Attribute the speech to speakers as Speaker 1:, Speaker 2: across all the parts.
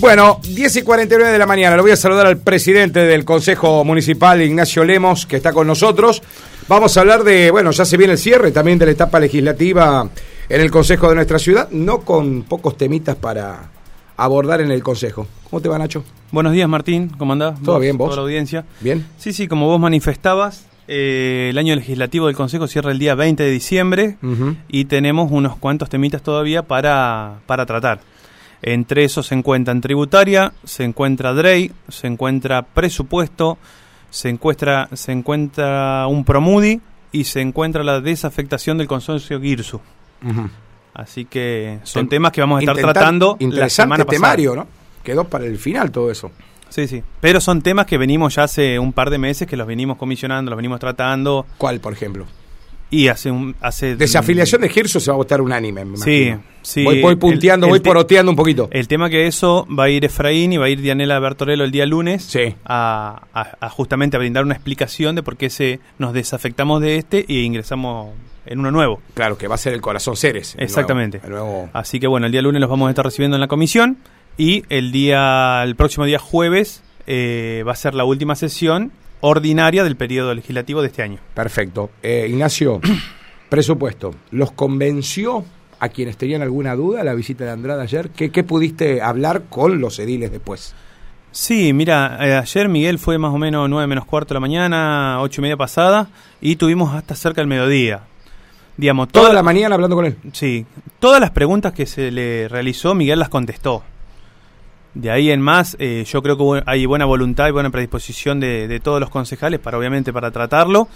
Speaker 1: Bueno, 10 y 49 de la mañana. Lo voy a saludar al presidente del Consejo Municipal, Ignacio Lemos, que está con nosotros. Vamos a hablar de, bueno, ya se viene el cierre también de la etapa legislativa en el Consejo de nuestra ciudad, no con pocos temitas para abordar en el Consejo. ¿Cómo te va, Nacho?
Speaker 2: Buenos días, Martín. ¿Cómo andás?
Speaker 1: ¿Todo bien, vos?
Speaker 2: Toda la audiencia.
Speaker 1: ¿Bien?
Speaker 2: Sí, sí, como vos manifestabas, eh, el año legislativo del Consejo cierra el día 20 de diciembre
Speaker 1: Ujú.
Speaker 2: y tenemos unos cuantos temitas todavía para, para tratar. Entre esos se encuentran tributaria, se encuentra DREI, se encuentra presupuesto, se encuentra, se encuentra un PROMUDI y se encuentra la desafectación del consorcio GIRSU. Así que son
Speaker 1: Tem-
Speaker 2: temas que vamos a estar
Speaker 1: Intentar-
Speaker 2: tratando la
Speaker 1: Interesante
Speaker 2: semana pasada.
Speaker 1: temario, ¿no? Quedó para el final todo eso.
Speaker 2: Sí, sí. Pero son temas que venimos ya hace un par de meses, que los venimos comisionando, los venimos tratando.
Speaker 1: ¿Cuál, por ejemplo?
Speaker 2: Y hace un. Hace,
Speaker 1: Desafiliación de Girso se va a votar unánime, me
Speaker 2: Sí,
Speaker 1: imagino.
Speaker 2: sí.
Speaker 1: Voy, voy punteando,
Speaker 2: El- el
Speaker 1: voy
Speaker 2: te-
Speaker 1: poroteando un poquito.
Speaker 2: El tema que eso va a ir Efraín y va a ir Dianela Bertorello el día lunes
Speaker 1: Sí.
Speaker 2: a, a- a justamente a brindar una explicación de por qué se nos desafectamos de este y ingresamos en uno nuevo.
Speaker 1: Claro, que va a ser el corazón Ceres. el nuevo-
Speaker 2: Exactamente.
Speaker 1: el nuevo-
Speaker 2: Así que bueno, el día lunes los vamos a estar recibiendo en la comisión y el día, el próximo día jueves eh, va a ser la última sesión ordinaria del periodo legislativo de este año.
Speaker 1: Perfecto. Eh, Ignacio, presupuesto. ¿Los convenció a quienes tenían alguna duda la visita de Andrade ayer? ¿Qué, qué pudiste hablar con los ediles después?
Speaker 2: Sí, mira, eh, ayer Miguel fue más o menos 9 menos cuarto de la mañana, 8 y media pasada, y tuvimos hasta cerca del mediodía. Digamos,
Speaker 1: Toda
Speaker 2: toda-
Speaker 1: la mañana hablando con él.
Speaker 2: Sí, todas las preguntas que se le realizó, Miguel las contestó. De ahí en más, eh, yo creo que hubo- hay buena voluntad y buena predisposición de, de todos los concejales para, obviamente, para tratarlo.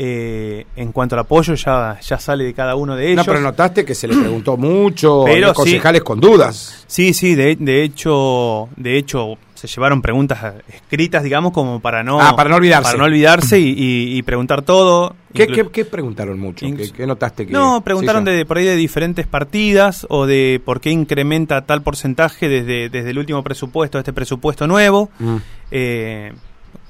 Speaker 2: Eh, en cuanto al apoyo, ya, ya sale de cada uno de ellos.
Speaker 1: No, pero notaste que se le preguntó mucho
Speaker 2: Pero
Speaker 1: los concejales con dudas.
Speaker 2: Sí, sí, de, de hecho, de hecho, se llevaron preguntas escritas, digamos, como para no,
Speaker 1: Ah, para no olvidarse.
Speaker 2: para no olvidarse y, y- y preguntar todo.
Speaker 1: ¿Qué,
Speaker 2: Inclu-
Speaker 1: qué- qué preguntaron mucho? ¿Qué,
Speaker 2: Inclu-
Speaker 1: qué notaste que.?
Speaker 2: No, preguntaron
Speaker 1: sí,
Speaker 2: de, por ahí de diferentes partidas o de por qué incrementa tal porcentaje desde, desde el último presupuesto a este presupuesto nuevo.
Speaker 1: ya. Mm.
Speaker 2: Eh,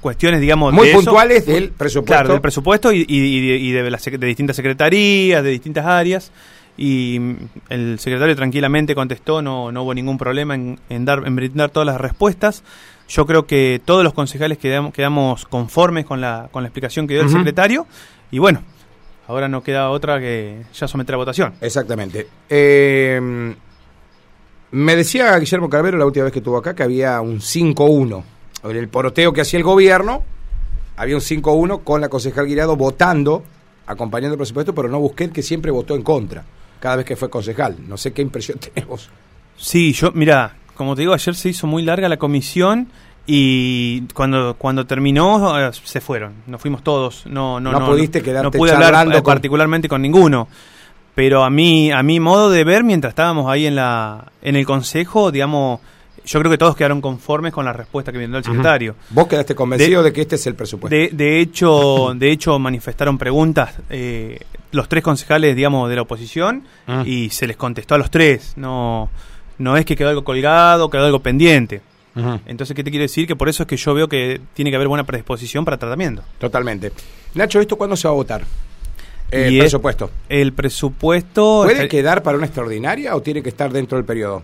Speaker 2: cuestiones, digamos,
Speaker 1: Muy
Speaker 2: de eso.
Speaker 1: puntuales del presupuesto.
Speaker 2: Claro, del presupuesto y, y- y de, y de las sec- de distintas secretarías, de distintas áreas. Y mm, el secretario tranquilamente contestó, no, no hubo ningún problema en, en dar, en brindar todas las respuestas. Yo creo que todos los concejales quedamos, quedamos conformes con la, con la explicación que dio
Speaker 1: Ujú.
Speaker 2: el secretario. Y bueno, ahora no queda otra que ya someter a votación.
Speaker 1: Exactamente. Eh, me decía Guillermo Carvero la última vez que estuvo acá que había un 5-1. En El poroteo que hacía el gobierno, había un 5-1 con la concejal Guirado votando, acompañando el presupuesto, pero no Busquet, que siempre votó en contra, cada vez que fue concejal. No sé qué impresión tenemos.
Speaker 2: Sí, yo, mira, como te digo, ayer se hizo muy larga la comisión y cuando cuando terminó eh, se fueron, nos fuimos todos. No, no,
Speaker 1: No
Speaker 2: no,
Speaker 1: pudiste
Speaker 2: no,
Speaker 1: quedarte
Speaker 2: no pude hablar
Speaker 1: charlando
Speaker 2: eh,
Speaker 1: con-
Speaker 2: particularmente con ninguno. Pero a mí, a mi modo de ver, mientras estábamos ahí en la en el consejo, digamos, yo creo que todos quedaron conformes con la respuesta que brindó el secretario.
Speaker 1: Vos quedaste convencido de, que este es el presupuesto.
Speaker 2: De, de hecho, de hecho manifestaron preguntas eh, los tres concejales, digamos, de la oposición
Speaker 1: Ah.
Speaker 2: y se les contestó a los tres. No, no es que quedó algo colgado, quedó algo pendiente.
Speaker 1: Ujú.
Speaker 2: Entonces, ¿qué te quiero decir? Que por eso es que yo veo que tiene que haber buena predisposición para tratamiento.
Speaker 1: Totalmente. Nacho, ¿esto cuándo se va a votar? Eh, El
Speaker 2: Y es- este
Speaker 1: presupuesto.
Speaker 2: El presupuesto,
Speaker 1: ¿Puede
Speaker 2: estar-
Speaker 1: quedar para una extraordinaria o tiene que estar dentro del periodo?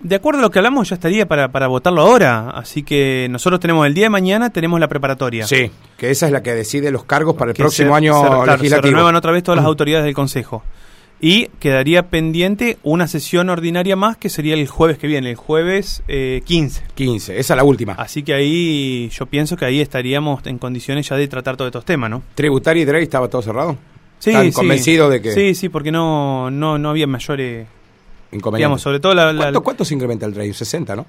Speaker 2: de acuerdo a lo que hablamos, ya estaría para, para votarlo ahora. Así que nosotros tenemos el día de mañana, tenemos la preparatoria.
Speaker 1: Sí, que esa es la que decide los cargos para el
Speaker 2: que
Speaker 1: próximo
Speaker 2: se-
Speaker 1: año
Speaker 2: se- claro,
Speaker 1: legislativo. Mm.
Speaker 2: se renuevan otra vez todas las autoridades del Consejo. Y quedaría pendiente una sesión ordinaria más que sería el jueves que viene, el jueves eh, 15.
Speaker 1: 15, esa es la última.
Speaker 2: Así que ahí yo pienso que ahí estaríamos en condiciones ya de tratar todos estos temas, ¿no?
Speaker 1: Tributaria y Drake estaba todo cerrado.
Speaker 2: Sí,
Speaker 1: ¿Están convencido de que-
Speaker 2: Sí, sí, porque no, no, no había mayores...
Speaker 1: Inconveniente.
Speaker 2: Digamos, sobre todo la, Eh, la-
Speaker 1: ¿Cuánto, cuánto se incrementa el Drake? 60, ¿no?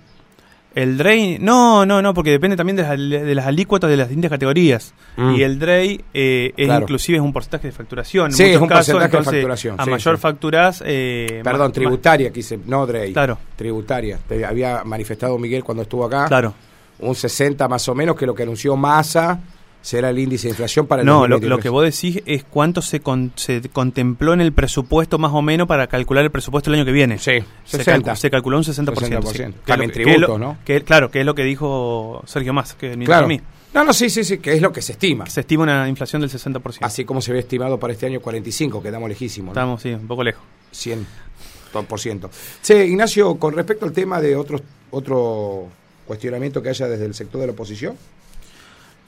Speaker 2: el DREI... No, no, no, porque depende también de las, al- de las alícuotas de las distintas categorías.
Speaker 1: Mm.
Speaker 2: Y el DREI eh, es
Speaker 1: Claro.
Speaker 2: inclusive es un porcentaje de facturación. en
Speaker 1: Sí, es
Speaker 2: muchos
Speaker 1: un
Speaker 2: casos,
Speaker 1: porcentaje de
Speaker 2: entonces,
Speaker 1: facturación,
Speaker 2: A
Speaker 1: sí,
Speaker 2: mayor
Speaker 1: sí.
Speaker 2: facturás... eh,
Speaker 1: Perdón,
Speaker 2: más-
Speaker 1: tributaria, quise, no Drake.
Speaker 2: Claro.
Speaker 1: Tributaria. Te había manifestado Miguel cuando estuvo acá.
Speaker 2: Claro.
Speaker 1: Un 60 más o menos, que lo que anunció Massa será el índice de inflación para el
Speaker 2: No, lo, lo
Speaker 1: 2023.
Speaker 2: que vos decís es cuánto se, con- se contempló en el presupuesto más o menos para calcular el presupuesto del año que viene.
Speaker 1: Sí,
Speaker 2: Se,
Speaker 1: 60.
Speaker 2: calcu- se calculó un 60%.
Speaker 1: 60%.
Speaker 2: sí. Que es lo
Speaker 1: También
Speaker 2: que- que es lo-
Speaker 1: tributos, ¿no?
Speaker 2: que- claro, que es lo que dijo Sergio Más, que es el mismo
Speaker 1: Claro.
Speaker 2: que mí.
Speaker 1: No, no, sí, sí, sí, que es lo que se estima.
Speaker 2: Se estima una inflación del 60%.
Speaker 1: Así como se había estimado para este año 45, quedamos lejísimos. ¿no?
Speaker 2: Estamos, sí, un poco lejos.
Speaker 1: 100. por ciento. Che, Ignacio, con respecto al tema de otros, otro cuestionamiento que haya desde el sector de la oposición,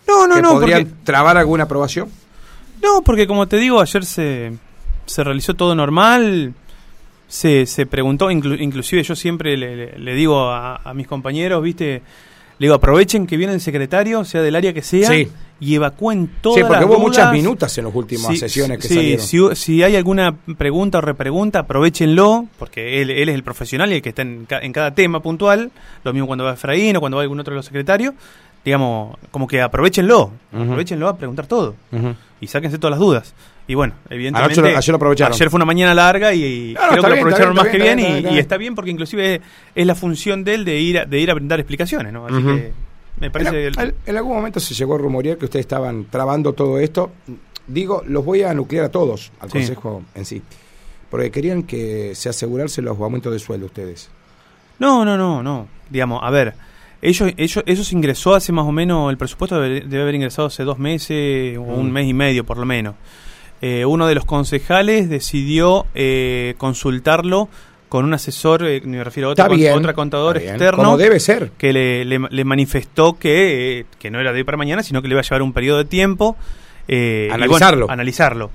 Speaker 2: No, no,
Speaker 1: que
Speaker 2: no.
Speaker 1: podría
Speaker 2: porque-
Speaker 1: trabar alguna aprobación.
Speaker 2: No, porque como te digo, ayer se, se realizó todo normal, se, se preguntó, inclu- inclusive yo siempre le, le- le digo a, a mis compañeros, viste, le digo, aprovechen que viene el secretario, sea del área que sea,
Speaker 1: Sí.
Speaker 2: y evacúen todas
Speaker 1: sí, porque
Speaker 2: las
Speaker 1: hubo
Speaker 2: dudas.
Speaker 1: muchas minutas en las últimas
Speaker 2: Sí,
Speaker 1: sesiones que
Speaker 2: sí,
Speaker 1: salieron.
Speaker 2: Si, hu- si hay alguna pregunta o repregunta, aprovechenlo, porque él, él es el profesional y el que está en, ca- en cada tema puntual. Lo mismo cuando va Efraín o cuando va algún otro de los secretarios. Digamos, como que aprovechenlo.
Speaker 1: Ujú.
Speaker 2: Aprovechenlo a preguntar todo
Speaker 1: Ujú.
Speaker 2: y sáquense todas las dudas. Y bueno, evidentemente.
Speaker 1: Anoche lo- ayer lo aprovecharon.
Speaker 2: ayer fue una mañana larga y
Speaker 1: Claro, está
Speaker 2: creo que lo
Speaker 1: bien,
Speaker 2: aprovecharon
Speaker 1: está
Speaker 2: más que
Speaker 1: bien, está bien,
Speaker 2: bien. y,
Speaker 1: está
Speaker 2: y
Speaker 1: bien.
Speaker 2: está bien porque, inclusive, es, es la función de él de ir a, de ir a brindar explicaciones, ¿no? Así
Speaker 1: Ujú.
Speaker 2: que me parece.
Speaker 1: en, al- en algún momento se llegó a rumorear que ustedes estaban trabando todo esto. Digo, los voy a nuclear a todos, al
Speaker 2: Sí.
Speaker 1: Consejo en sí. Porque querían que se asegurarse los aumentos de sueldo ustedes.
Speaker 2: No, no, no, no. Digamos, a ver, ellos, ellos, ellos ingresó hace más o menos, el presupuesto debe, debe haber ingresado hace dos meses o un
Speaker 1: Mm.
Speaker 2: mes y medio por lo menos. Eh, uno de los concejales decidió eh, consultarlo con un asesor, eh, me refiero a otro,
Speaker 1: Está
Speaker 2: con-
Speaker 1: bien.
Speaker 2: otra contador
Speaker 1: Está bien.
Speaker 2: externo,
Speaker 1: Como debe ser.
Speaker 2: que le, le- le manifestó que, eh, que no era de hoy para mañana, sino que le iba a llevar un periodo de tiempo. eh, y bueno,
Speaker 1: Analizarlo.
Speaker 2: analizarlo.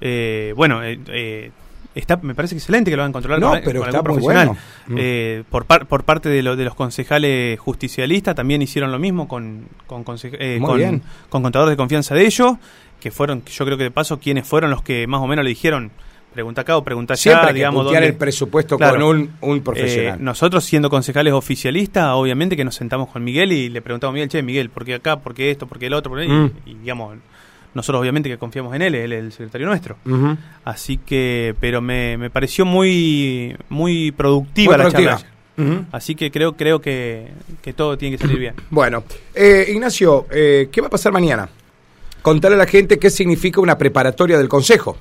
Speaker 2: Eh, bueno, eh, eh, está, me parece que excelente que lo van a controlar
Speaker 1: No,
Speaker 2: con,
Speaker 1: pero
Speaker 2: con
Speaker 1: está
Speaker 2: algún
Speaker 1: muy
Speaker 2: profesional.
Speaker 1: bueno. Mm.
Speaker 2: Eh, por, par- por parte de, lo- de los concejales justicialistas también hicieron lo mismo con, con, conse- eh,
Speaker 1: Muy
Speaker 2: con-
Speaker 1: bien.
Speaker 2: con contadores de confianza de ellos, que fueron, yo creo que de paso, quienes fueron los que más o menos le dijeron, pregunta acá o pregunta allá,
Speaker 1: Siempre hay que
Speaker 2: digamos,
Speaker 1: puntear
Speaker 2: dónde-
Speaker 1: el presupuesto
Speaker 2: Claro.
Speaker 1: con un, un
Speaker 2: eh,
Speaker 1: profesional.
Speaker 2: nosotros siendo concejales oficialistas, obviamente que nos sentamos con Miguel y le preguntamos a Miguel, che, Miguel, ¿por qué acá? ¿Por qué esto? ¿Por qué el otro? ¿Por qué-?" Y-
Speaker 1: Mm.
Speaker 2: Y, digamos, nosotros obviamente que confiamos en él, él es el secretario nuestro.
Speaker 1: Ujú.
Speaker 2: Así que, pero me, me pareció muy, muy productiva
Speaker 1: Muy
Speaker 2: la
Speaker 1: productiva.
Speaker 2: charla.
Speaker 1: Ujú.
Speaker 2: Así que creo, creo que, que todo tiene que salir bien.
Speaker 1: Bueno, eh, Ignacio, eh, ¿qué va a pasar mañana? Contarle a la gente qué significa una preparatoria del Consejo.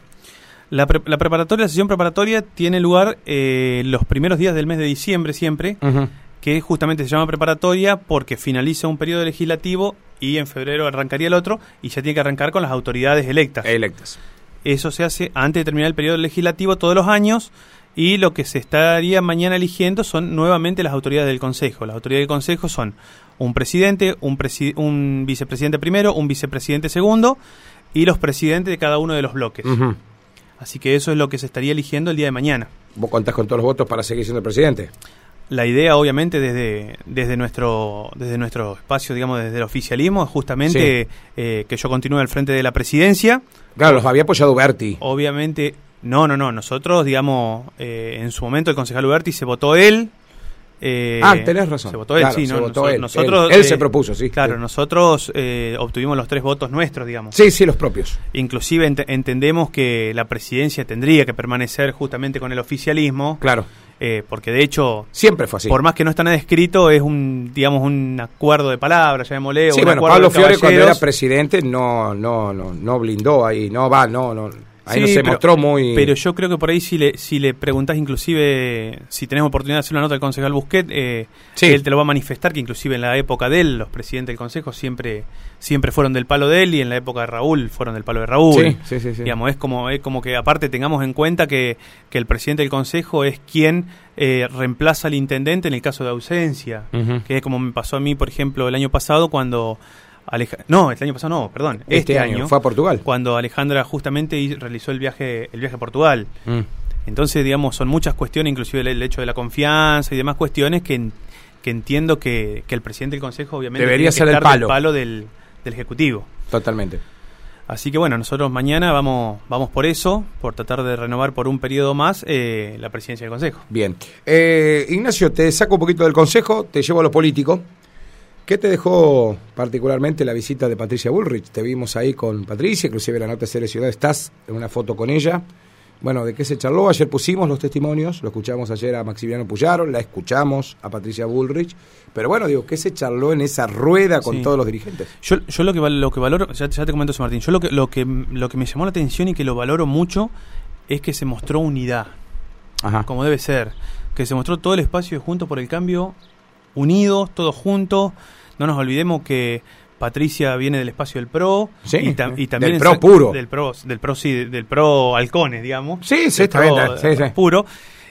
Speaker 2: La, pre- la preparatoria, la sesión preparatoria tiene lugar eh, los primeros días del mes de diciembre siempre, que justamente se llama preparatoria porque finaliza un periodo legislativo y en febrero arrancaría el otro y ya tiene que arrancar con las autoridades electas.
Speaker 1: Electas.
Speaker 2: Eso se hace antes de terminar el periodo legislativo todos los años y lo que se estaría mañana eligiendo son nuevamente las autoridades del Consejo. Las autoridades del Consejo son un presidente, un, presi- un vicepresidente primero, un vicepresidente segundo y los presidentes de cada uno de los bloques.
Speaker 1: Ujú.
Speaker 2: Así que eso es lo que se estaría eligiendo el día de mañana.
Speaker 1: Vos contás con todos los votos para seguir siendo presidente.
Speaker 2: La idea, obviamente, desde, desde, nuestro, desde nuestro espacio, digamos, desde el oficialismo, es justamente eh, que yo continúe al frente de la presidencia.
Speaker 1: Claro, los había apoyado Berti.
Speaker 2: Obviamente, no, no, no. Nosotros, digamos, eh, en su momento el concejal Uberti se votó él. eh,
Speaker 1: ah, tenés razón.
Speaker 2: Se votó él,
Speaker 1: Claro,
Speaker 2: sí.
Speaker 1: se
Speaker 2: no,
Speaker 1: votó
Speaker 2: noso-
Speaker 1: él.
Speaker 2: nosotros,
Speaker 1: él, él
Speaker 2: eh,
Speaker 1: se propuso, sí.
Speaker 2: Claro,
Speaker 1: Sí.
Speaker 2: nosotros eh, obtuvimos los tres votos nuestros, digamos.
Speaker 1: Sí, sí, los propios.
Speaker 2: Inclusive ent- entendemos que la presidencia tendría que permanecer justamente con el oficialismo,
Speaker 1: Claro.
Speaker 2: eh, porque de hecho
Speaker 1: Siempre fue así.
Speaker 2: por más que no está nada escrito, es un, digamos, un acuerdo de palabras, llamémosle, o
Speaker 1: sí,
Speaker 2: un
Speaker 1: bueno,
Speaker 2: acuerdo
Speaker 1: Pablo
Speaker 2: de
Speaker 1: Fiore cuando era
Speaker 2: caballeros.
Speaker 1: presidente no, no, no, no blindó ahí, no va, no, no. Ahí
Speaker 2: Sí,
Speaker 1: no se
Speaker 2: pero-
Speaker 1: mostró muy.
Speaker 2: Pero yo creo que por ahí si le, si le preguntás inclusive, si tenés oportunidad de hacer una nota al concejal Busquet, eh,
Speaker 1: Sí.
Speaker 2: él te lo va a manifestar, que inclusive en la época de él, los presidentes del consejo siempre, siempre fueron del palo de él y en la época de Raúl fueron del palo de Raúl.
Speaker 1: Sí, sí, sí, sí.
Speaker 2: Digamos, es como, es como que aparte tengamos en cuenta que, que el presidente del consejo es quien eh, reemplaza al intendente en el caso de ausencia.
Speaker 1: Ujú.
Speaker 2: Que es como me pasó a mí, por ejemplo, el año pasado cuando... Aleja- no, el año pasado no, perdón. Este, año
Speaker 1: Fue a Portugal.
Speaker 2: cuando Alejandra justamente hi- realizó el viaje, el viaje a Portugal.
Speaker 1: Mm.
Speaker 2: Entonces, digamos, son muchas cuestiones, inclusive el, el hecho de la confianza y demás cuestiones que, en- que entiendo que, que el presidente del Consejo obviamente
Speaker 1: Debería
Speaker 2: tiene que
Speaker 1: ser el
Speaker 2: estar del
Speaker 1: palo.
Speaker 2: del, del Ejecutivo.
Speaker 1: Totalmente.
Speaker 2: Así que bueno, nosotros mañana vamos, vamos por eso, por tratar de renovar por un periodo más eh, la presidencia del Consejo.
Speaker 1: Bien. Eh, Ignacio, te saco un poquito del consejo, te llevo a lo político. ¿Qué te dejó particularmente la visita de Patricia Bullrich? Te vimos ahí con Patricia, inclusive la nota de Cere Ciudad, estás en una foto con ella. Bueno, ¿de qué se charló? Ayer pusimos los testimonios, lo escuchamos ayer a Maximiliano Puyaro, la escuchamos a Patricia Bullrich. Pero bueno, digo, ¿qué se charló en esa rueda con
Speaker 2: Sí.
Speaker 1: todos los dirigentes?
Speaker 2: Yo, yo lo que val- lo que valoro, ya, ya te comento eso Martín, yo lo que, lo que lo que me llamó la atención y que lo valoro mucho es que se mostró unidad.
Speaker 1: Ajá.
Speaker 2: como debe ser, que se mostró todo el espacio de Juntos por el Cambio, unidos, todos juntos. No nos olvidemos que Patricia viene del espacio del PRO
Speaker 1: Sí,
Speaker 2: y, tam- y también
Speaker 1: del
Speaker 2: en
Speaker 1: PRO
Speaker 2: Sa-
Speaker 1: puro.
Speaker 2: del PRO, del PRO sí, del PRO halcones, digamos.
Speaker 1: Sí, sí,
Speaker 2: Del
Speaker 1: está bien,
Speaker 2: PRO
Speaker 1: está bien, sí, sí.
Speaker 2: puro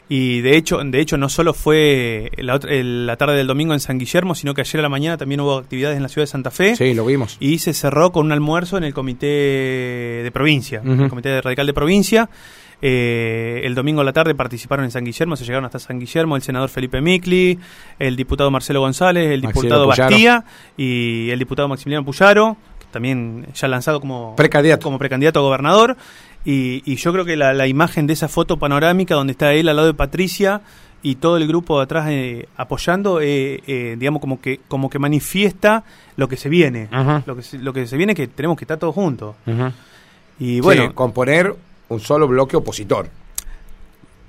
Speaker 2: Y de hecho, de hecho no solo fue la, otra- el- la tarde del domingo en San Guillermo, sino que ayer a la mañana también hubo actividades en la ciudad de Santa Fe.
Speaker 1: Sí, lo vimos.
Speaker 2: Y se cerró con un almuerzo en el comité de provincia,
Speaker 1: Ujú.
Speaker 2: el comité radical de provincia. Eh, el domingo a la tarde participaron en San Guillermo, se llegaron hasta San Guillermo el senador Felipe Micli, el diputado Marcelo González, el
Speaker 1: Maximiliano
Speaker 2: diputado
Speaker 1: Puyaro.
Speaker 2: Bastía y el diputado Maximiliano Puyaro, que también ya lanzado como
Speaker 1: Precandidato.
Speaker 2: como precandidato a gobernador. Y, y yo creo que la, la imagen de esa foto panorámica donde está él al lado de Patricia y todo el grupo de atrás eh, apoyando, eh, eh, digamos, como que, como que manifiesta lo que se viene.
Speaker 1: Ajá.
Speaker 2: Lo, que se, lo que se viene es que tenemos que estar todos juntos.
Speaker 1: Ujú.
Speaker 2: Y
Speaker 1: Sí,
Speaker 2: bueno,
Speaker 1: componer un solo bloque opositor.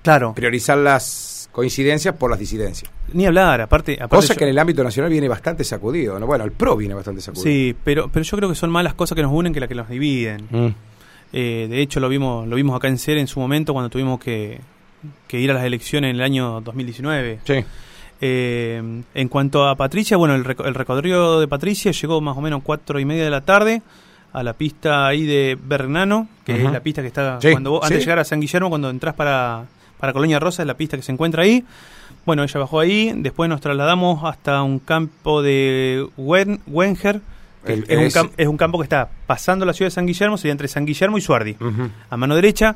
Speaker 2: claro,
Speaker 1: Priorizar las coincidencias por las disidencias.
Speaker 2: ni hablar, aparte... aparte
Speaker 1: Cosa
Speaker 2: yo-
Speaker 1: que en el ámbito nacional viene bastante sacudido. ¿no? Bueno, el PRO viene bastante sacudido.
Speaker 2: Sí, pero, pero yo creo que son más las cosas que nos unen que las que nos dividen.
Speaker 1: Mm.
Speaker 2: Eh, de hecho, lo vimos, lo vimos acá en CER en su momento cuando tuvimos que, que ir a las elecciones en el año 2019.
Speaker 1: Sí.
Speaker 2: Eh, en cuanto a Patricia, bueno, el, reco- el recorrido de Patricia llegó más o menos cuatro y media de la tarde a la pista ahí de Bernano, que
Speaker 1: Ujú.
Speaker 2: es la pista que está
Speaker 1: Sí,
Speaker 2: cuando vos- antes de
Speaker 1: sí.
Speaker 2: llegar a San Guillermo, cuando entras para, para Colonia Rosa, es la pista que se encuentra ahí. Bueno, ella bajó ahí, después nos trasladamos hasta un campo de Wen- Wenger, que
Speaker 1: El-
Speaker 2: es, un
Speaker 1: es-
Speaker 2: cam- es un campo que está pasando la ciudad de San Guillermo, sería entre San Guillermo y Suardi.
Speaker 1: Ujú.
Speaker 2: A mano derecha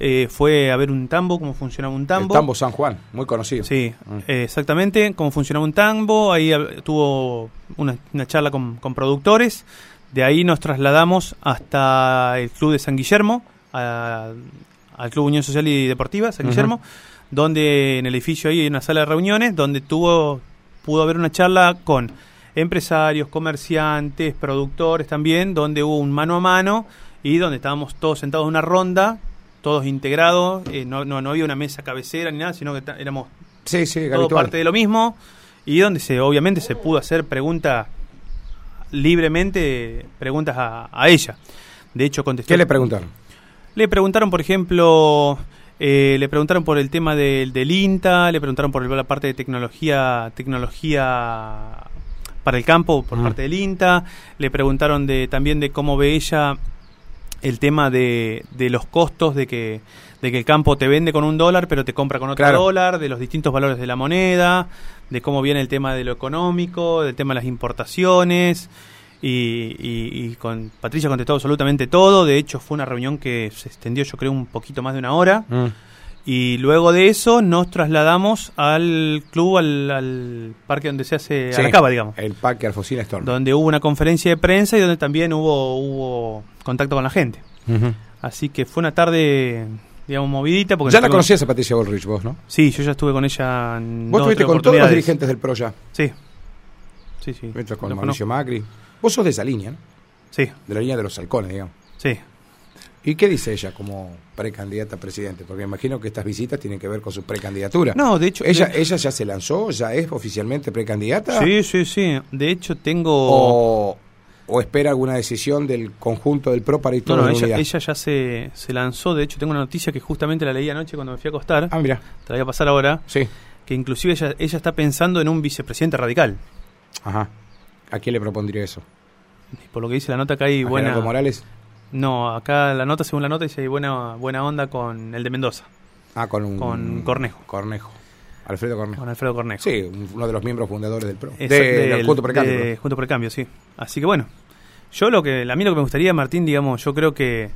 Speaker 2: eh, fue a ver un tambo, cómo funcionaba un
Speaker 1: El Tambo San Juan, muy conocido.
Speaker 2: Sí,
Speaker 1: Mm.
Speaker 2: eh, exactamente. Cómo funcionaba un tambo. Ahí hab- tuvo una, una charla con, con productores. De ahí nos trasladamos hasta el Club de San Guillermo, a- al Club Unión Social y Deportiva San
Speaker 1: Ujú.
Speaker 2: Guillermo, donde en el edificio ahí hay una sala de reuniones donde tuvo pudo haber una charla con empresarios, comerciantes, productores también, donde hubo un mano a mano y donde estábamos todos sentados en una ronda, todos integrados, eh, no, no, no había una mesa cabecera ni nada, sino que ta- éramos
Speaker 1: sí, sí,
Speaker 2: todo
Speaker 1: habitual.
Speaker 2: parte de lo mismo y donde se obviamente se pudo hacer preguntas libremente, preguntas a, a ella. De hecho, contestó.
Speaker 1: ¿Qué le preguntaron?
Speaker 2: Le preguntaron, por ejemplo, eh, le preguntaron por el tema del, del INTA, le preguntaron por el- la parte de tecnología, tecnología para el campo por
Speaker 1: Ujú.
Speaker 2: parte del INTA, le preguntaron de, también de cómo ve ella el tema de, de los costos de que, de que el campo te vende con un dólar pero te compra con otro
Speaker 1: Claro.
Speaker 2: dólar, de los distintos valores de la moneda, de cómo viene el tema de lo económico, del tema de las importaciones. Y, y- y con Patricia contestó absolutamente todo. De hecho, fue una reunión que se extendió, yo creo, un poquito más de una hora. Y luego de eso nos trasladamos al club, al, al parque donde se hace
Speaker 1: Sí,
Speaker 2: Aracaba, digamos.
Speaker 1: El parque Alfonsina Storm.
Speaker 2: Donde hubo una conferencia de prensa y donde también hubo, hubo contacto con la gente.
Speaker 1: Ujú.
Speaker 2: Así que fue una tarde, digamos, movidita. Porque
Speaker 1: ya
Speaker 2: nos
Speaker 1: la
Speaker 2: tocó-
Speaker 1: conocías a Patricia Bullrich vos, ¿no?
Speaker 2: Sí, yo ya estuve con ella en
Speaker 1: Vos
Speaker 2: dos o
Speaker 1: estuviste con
Speaker 2: tres
Speaker 1: todos los
Speaker 2: oportunidades.
Speaker 1: dirigentes del PRO ya.
Speaker 2: Sí. Sí, sí.
Speaker 1: Estuviste con
Speaker 2: Los
Speaker 1: Mauricio Macri. Vos sos de esa línea, ¿no?
Speaker 2: conozco. Sí,
Speaker 1: De la línea de los halcones, digamos.
Speaker 2: sí.
Speaker 1: ¿Y qué dice ella como precandidata a presidente? Porque me imagino que estas visitas tienen que ver con su precandidatura.
Speaker 2: No, de hecho...
Speaker 1: ¿Ella,
Speaker 2: de-
Speaker 1: ella ya se lanzó? ¿Ya es oficialmente precandidata?
Speaker 2: Sí, sí, sí. De hecho, tengo...
Speaker 1: O, ¿O espera alguna decisión del conjunto del PRO para ir
Speaker 2: No,
Speaker 1: todos
Speaker 2: no,
Speaker 1: en
Speaker 2: ella,
Speaker 1: unidad?
Speaker 2: ella ya se, se lanzó. De hecho, tengo una noticia que justamente la leí anoche cuando me fui a acostar.
Speaker 1: Ah, mira,
Speaker 2: Te la voy a pasar ahora.
Speaker 1: sí.
Speaker 2: Que inclusive ella, ella está pensando en un vicepresidente radical.
Speaker 1: Ajá. ¿A quién le propondría eso?
Speaker 2: Por lo que dice la nota, acá hay
Speaker 1: ¿A
Speaker 2: buena...
Speaker 1: Gerardo Morales?
Speaker 2: No, acá la nota, según la nota, dice hay buena, buena onda con el de Mendoza.
Speaker 1: Ah, con un...
Speaker 2: Con Cornejo.
Speaker 1: Cornejo. Alfredo Cornejo.
Speaker 2: Con Alfredo Cornejo.
Speaker 1: Sí, un- uno de los miembros fundadores del PRO.
Speaker 2: Es-
Speaker 1: de,
Speaker 2: del-
Speaker 1: del Junto por el Cambio,
Speaker 2: de Junto por el Cambio, sí. Así que bueno, yo lo que, a mí lo que me gustaría, Martín, digamos, yo creo que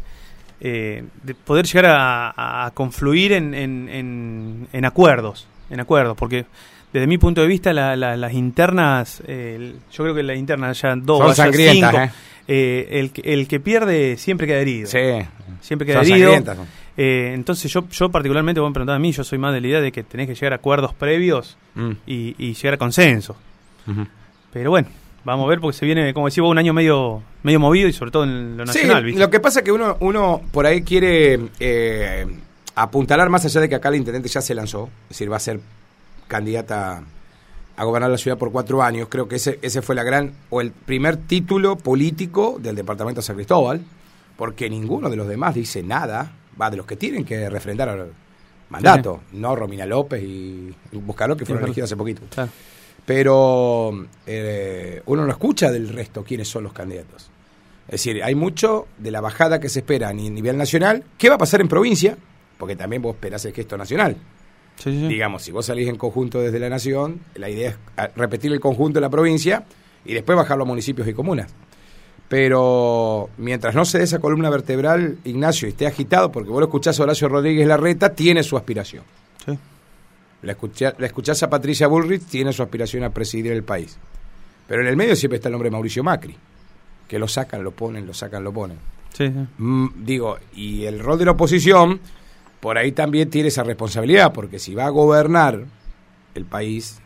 Speaker 2: eh, de poder llegar a, a confluir en, en- en- en acuerdos, en acuerdos, porque desde mi punto de vista la- la- las internas, eh, el- yo creo que las internas ya dos,
Speaker 1: Son
Speaker 2: vaya
Speaker 1: sangrientas,
Speaker 2: cinco,
Speaker 1: ¿eh?
Speaker 2: eh, el, que- el que pierde siempre queda herido,
Speaker 1: Sí.
Speaker 2: siempre queda
Speaker 1: Son
Speaker 2: herido.
Speaker 1: sangrientas, son.
Speaker 2: Eh, entonces yo, yo particularmente, vos me preguntás a mí, yo soy más de la idea de que tenés que llegar a acuerdos previos
Speaker 1: Mm,
Speaker 2: y, y llegar a consenso.
Speaker 1: ujú.
Speaker 2: Pero bueno, vamos a ver porque se viene, como decís vos, un año medio medio movido y sobre todo en lo nacional,
Speaker 1: sí,
Speaker 2: ¿viste?
Speaker 1: lo que pasa es que uno, uno por ahí quiere eh, apuntalar más allá de que acá el intendente ya se lanzó, es decir, va a ser candidata a gobernar la ciudad por cuatro años. Creo que ese, ese fue la gran, o el primer título político del departamento de San Cristóbal, porque ninguno de los demás dice nada, va de los que tienen que refrendar al mandato, no Romina López y Buscalo, que fueron
Speaker 2: Claro.
Speaker 1: elegidos hace poquito.
Speaker 2: Claro.
Speaker 1: Pero eh, uno no escucha del resto quiénes son los candidatos. Es decir, hay mucho de la bajada que se espera a ni- nivel nacional. ¿Qué va a pasar en provincia? Porque también vos esperás el gesto nacional.
Speaker 2: Sí, sí, sí.
Speaker 1: Digamos, si vos salís en conjunto desde la nación, la idea es ah, repetir el conjunto en la provincia y después bajarlo a municipios y comunas. Pero mientras no se dé esa columna vertebral, Ignacio, y esté agitado, porque vos lo escuchás a Horacio Rodríguez Larreta, tiene su aspiración.
Speaker 2: Sí.
Speaker 1: La, escucha- la escuchás a Patricia Bullrich, tiene su aspiración a presidir el país. Pero en el medio siempre está el nombre de Mauricio Macri, que lo sacan, lo ponen, lo sacan, lo ponen.
Speaker 2: Sí, sí.
Speaker 1: Mm, digo, y el rol de la oposición, por ahí también tiene esa responsabilidad, porque si va a gobernar el país,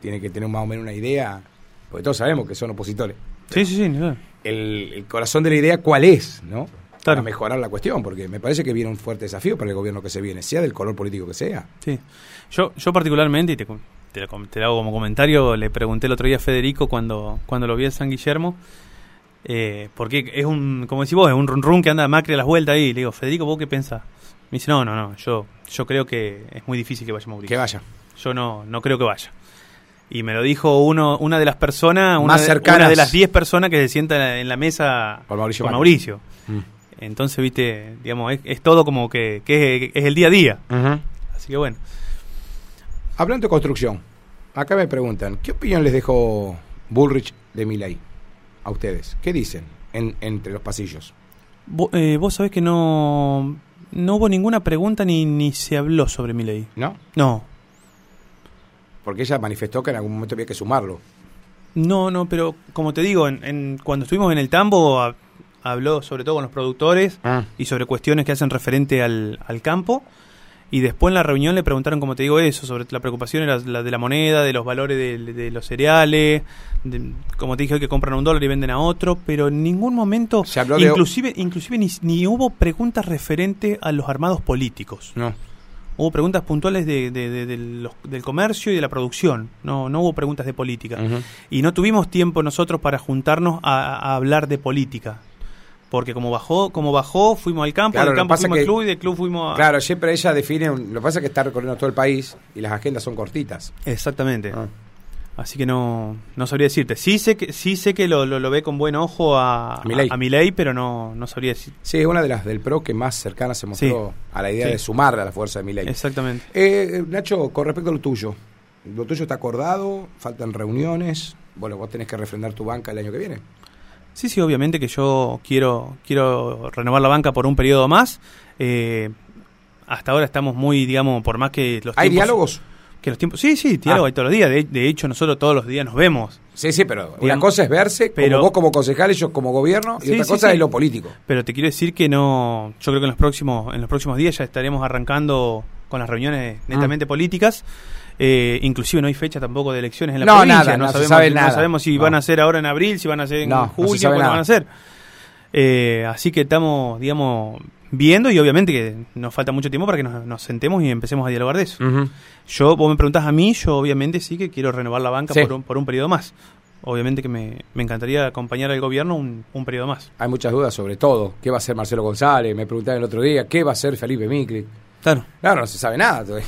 Speaker 1: tiene que tener más o menos una idea, porque todos sabemos que son opositores.
Speaker 2: Sí, sí, sí, ni hablar.
Speaker 1: El, el corazón de la idea, ¿cuál es? ¿No? Para
Speaker 2: Claro.
Speaker 1: mejorar la cuestión, porque me parece que viene un fuerte desafío para el gobierno que se viene, sea del color político que sea.
Speaker 2: Sí. Yo, yo particularmente, y te, com- te lo, com- te lo hago como comentario, le pregunté el otro día a Federico cuando, cuando lo vi en San Guillermo, eh, porque es un, como decís vos, es un run run que anda Macri a las vueltas ahí. Le digo, Federico, ¿vos qué pensás? Me dice, no, no, no, yo, yo creo que es muy difícil que vaya Mauricio.
Speaker 1: Que vaya.
Speaker 2: Yo no, no creo que vaya. Y me lo dijo uno, una de las personas, una,
Speaker 1: Más
Speaker 2: de-
Speaker 1: cercanas.
Speaker 2: una de las 10 personas que se sienta en la mesa
Speaker 1: Con Mauricio
Speaker 2: con
Speaker 1: Macri.
Speaker 2: Mauricio.
Speaker 1: Mm.
Speaker 2: Entonces, viste, digamos, es, es todo como que, que es- es el día a día. Así que bueno.
Speaker 1: Hablando de construcción, acá me preguntan, ¿qué opinión les dejó Bullrich de Milay a ustedes? ¿Qué dicen en- entre los pasillos?
Speaker 2: Vo- eh, vos sabés que no, no hubo ninguna pregunta ni, ni se habló sobre mi ley.
Speaker 1: ¿No?
Speaker 2: No,
Speaker 1: Porque ella manifestó que en algún momento había que sumarlo.
Speaker 2: no, no, pero como te digo, en, en- cuando estuvimos en el tambo ha- habló sobre todo con los productores y sobre cuestiones que hacen referente al, al campo. Y después en la reunión le preguntaron, como te digo, eso, sobre la preocupación era la de la moneda, de los valores de, de los cereales, de- como te dije hoy que compran a un dólar y venden a otro, pero en ningún momento,
Speaker 1: Se habló de-
Speaker 2: inclusive, inclusive ni, ni hubo preguntas referente a los armados políticos.
Speaker 1: No.
Speaker 2: Hubo preguntas puntuales de, de- de- de los- del comercio y de la producción. No, no hubo preguntas de política. Y no tuvimos tiempo nosotros para juntarnos a, a hablar de política. Porque como bajó, como bajó, fuimos al campo,
Speaker 1: Claro,
Speaker 2: del
Speaker 1: lo
Speaker 2: campo
Speaker 1: pasa
Speaker 2: fuimos
Speaker 1: que-
Speaker 2: al club y del club fuimos a...
Speaker 1: Claro, siempre ella define, un- lo que pasa es que está recorriendo todo el país y las agendas son cortitas.
Speaker 2: Exactamente.
Speaker 1: Ah.
Speaker 2: Así que no, no sabría decirte. Sí sé que, sí sé que lo, lo- lo ve con buen ojo a,
Speaker 1: A Milei.
Speaker 2: a- a Milei, pero no, no sabría decir.
Speaker 1: Sí, es una de las del PRO que más cercana se mostró
Speaker 2: Sí.
Speaker 1: a la idea
Speaker 2: Sí.
Speaker 1: de sumar a la fuerza de Milay.
Speaker 2: Exactamente.
Speaker 1: Eh, Nacho, con respecto a lo tuyo, lo tuyo está acordado, faltan reuniones, bueno, vos tenés que refrendar tu banca el año que viene.
Speaker 2: Sí, sí, obviamente que yo quiero, quiero renovar la banca por un periodo más. Eh, hasta ahora estamos muy, digamos, por más que los
Speaker 1: ¿Hay
Speaker 2: tiempos-
Speaker 1: diálogos?
Speaker 2: Que los tiempos, sí, sí, diálogo
Speaker 1: Ah.
Speaker 2: hay todos los días. De, de hecho, nosotros todos los días nos vemos.
Speaker 1: Sí, sí, pero una
Speaker 2: Digamos,
Speaker 1: cosa es verse,
Speaker 2: pero-
Speaker 1: como vos como concejal, ellos como gobierno, y
Speaker 2: Sí,
Speaker 1: otra
Speaker 2: sí,
Speaker 1: cosa
Speaker 2: sí.
Speaker 1: es lo político.
Speaker 2: Pero te quiero decir que no. Yo creo que en los próximos, en los próximos días ya estaremos arrancando con las reuniones
Speaker 1: Ah.
Speaker 2: netamente políticas. Eh, inclusive no hay fecha tampoco de elecciones en la
Speaker 1: No,
Speaker 2: provincia.
Speaker 1: nada, no se
Speaker 2: sabemos,
Speaker 1: sabe
Speaker 2: no
Speaker 1: nada.
Speaker 2: sabemos si
Speaker 1: No.
Speaker 2: van a ser ahora en abril, si van a ser en
Speaker 1: No, no se
Speaker 2: julio,
Speaker 1: sabe
Speaker 2: cuándo
Speaker 1: nada.
Speaker 2: van a ser. Eh, así que estamos, digamos, viendo y obviamente que nos falta mucho tiempo para que nos, nos sentemos y empecemos a dialogar de
Speaker 1: Mm.
Speaker 2: eso. Yo, vos me preguntás a mí, yo obviamente sí que quiero renovar la banca
Speaker 1: Sí.
Speaker 2: por, un, por un periodo más. Obviamente que me, me encantaría acompañar al gobierno un, un periodo más.
Speaker 1: Hay muchas dudas sobre todo, qué va a hacer Marcelo González, me preguntaron el otro día, qué va a hacer Felipe Micli.
Speaker 2: Claro.
Speaker 1: Claro, no se sabe nada todavía.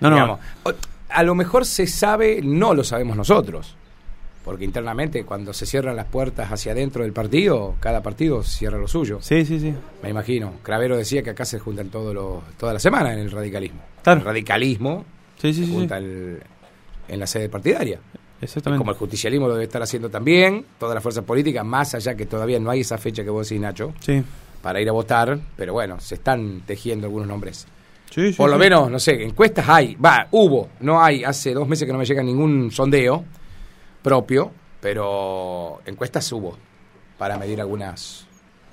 Speaker 2: No, no.
Speaker 1: Digamos, o- a lo mejor se sabe, no lo sabemos nosotros. Porque internamente, cuando se cierran las puertas hacia adentro del partido, cada partido cierra lo suyo.
Speaker 2: Sí, sí, sí.
Speaker 1: Me imagino. Cravero decía que acá se juntan todos los, toda la semana en el radicalismo.
Speaker 2: Claro.
Speaker 1: El radicalismo
Speaker 2: Sí,
Speaker 1: se
Speaker 2: sí, sí, sí.
Speaker 1: junta el- en la sede partidaria.
Speaker 2: Exactamente.
Speaker 1: ¿eh? Como el justicialismo lo debe estar haciendo también, todas las fuerzas políticas, más allá que todavía no hay esa fecha que vos decís, Nacho,
Speaker 2: Sí.
Speaker 1: para ir a votar, pero bueno, se están tejiendo algunos nombres.
Speaker 2: Sí, sí,
Speaker 1: Por lo
Speaker 2: sí.
Speaker 1: menos, no sé, encuestas hay, va, hubo, no hay, hace dos meses que no me llega ningún sondeo propio, pero encuestas hubo para medir algunas,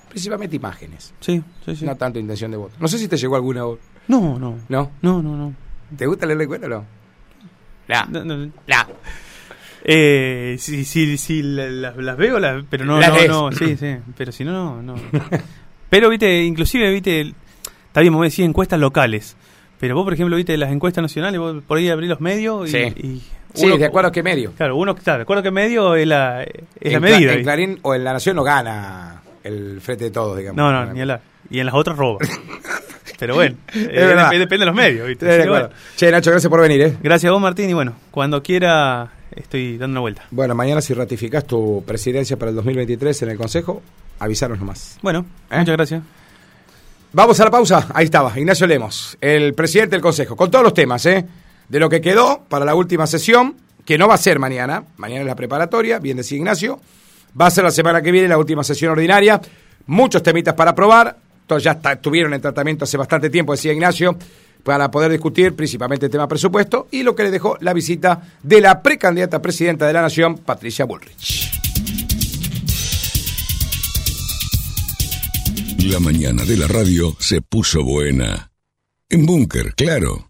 Speaker 1: principalmente imágenes,
Speaker 2: Sí, sí, sí.
Speaker 1: no tanto intención de voto. No sé si te llegó alguna, vos,
Speaker 2: No, no.
Speaker 1: ¿no?
Speaker 2: No, no, no.
Speaker 1: ¿Te gusta leer la encuesta o no? La,
Speaker 2: No, no, no.
Speaker 1: la.
Speaker 2: Eh, sí, sí, sí, la- las, las veo, las- pero no,
Speaker 1: Las
Speaker 2: no,
Speaker 1: ves.
Speaker 2: no, sí, sí, pero si no, no, no. Pero, viste, inclusive, viste, el- está bien, vos me decís encuestas locales, pero vos, por ejemplo, viste las encuestas nacionales, vos por ahí abrís los medios y...
Speaker 1: Sí.
Speaker 2: y
Speaker 1: Sí,
Speaker 2: uno-
Speaker 1: de acuerdo que medio.
Speaker 2: Claro, uno, claro, de acuerdo que medio es la, es la
Speaker 1: En Cla-
Speaker 2: medida.
Speaker 1: En
Speaker 2: ¿viste?
Speaker 1: Clarín o en La Nación no gana el frente de todos, digamos.
Speaker 2: No, no, ni hablar. Y en las otras roba. pero bueno, eh,
Speaker 1: verdad.
Speaker 2: dep- depende de los medios,
Speaker 1: Sí,
Speaker 2: viste.
Speaker 1: de
Speaker 2: Así que bueno.
Speaker 1: acuerdo. Che, Nacho, gracias por venir, ¿eh?
Speaker 2: Gracias a vos, Martín, y bueno, cuando quiera estoy dando una vuelta.
Speaker 1: Bueno, mañana si ratificás tu presidencia para el 2023 en el Consejo, avisaros nomás.
Speaker 2: Bueno,
Speaker 1: ¿Eh?
Speaker 2: muchas gracias.
Speaker 1: Vamos a la pausa. Ahí estaba, Ignacio Lemos, el presidente del Consejo, con todos los temas, ¿eh? De lo que quedó para la última sesión, que no va a ser mañana, mañana es la preparatoria, bien decía Ignacio, va a ser la semana que viene la última sesión ordinaria, muchos temitas para aprobar, todos ya está- estuvieron en tratamiento hace bastante tiempo, decía Ignacio, para poder discutir principalmente el tema presupuesto y lo que le dejó la visita de la precandidata a presidenta de la Nación, Patricia Bullrich.
Speaker 3: La mañana de la radio se puso buena. En búnker, claro.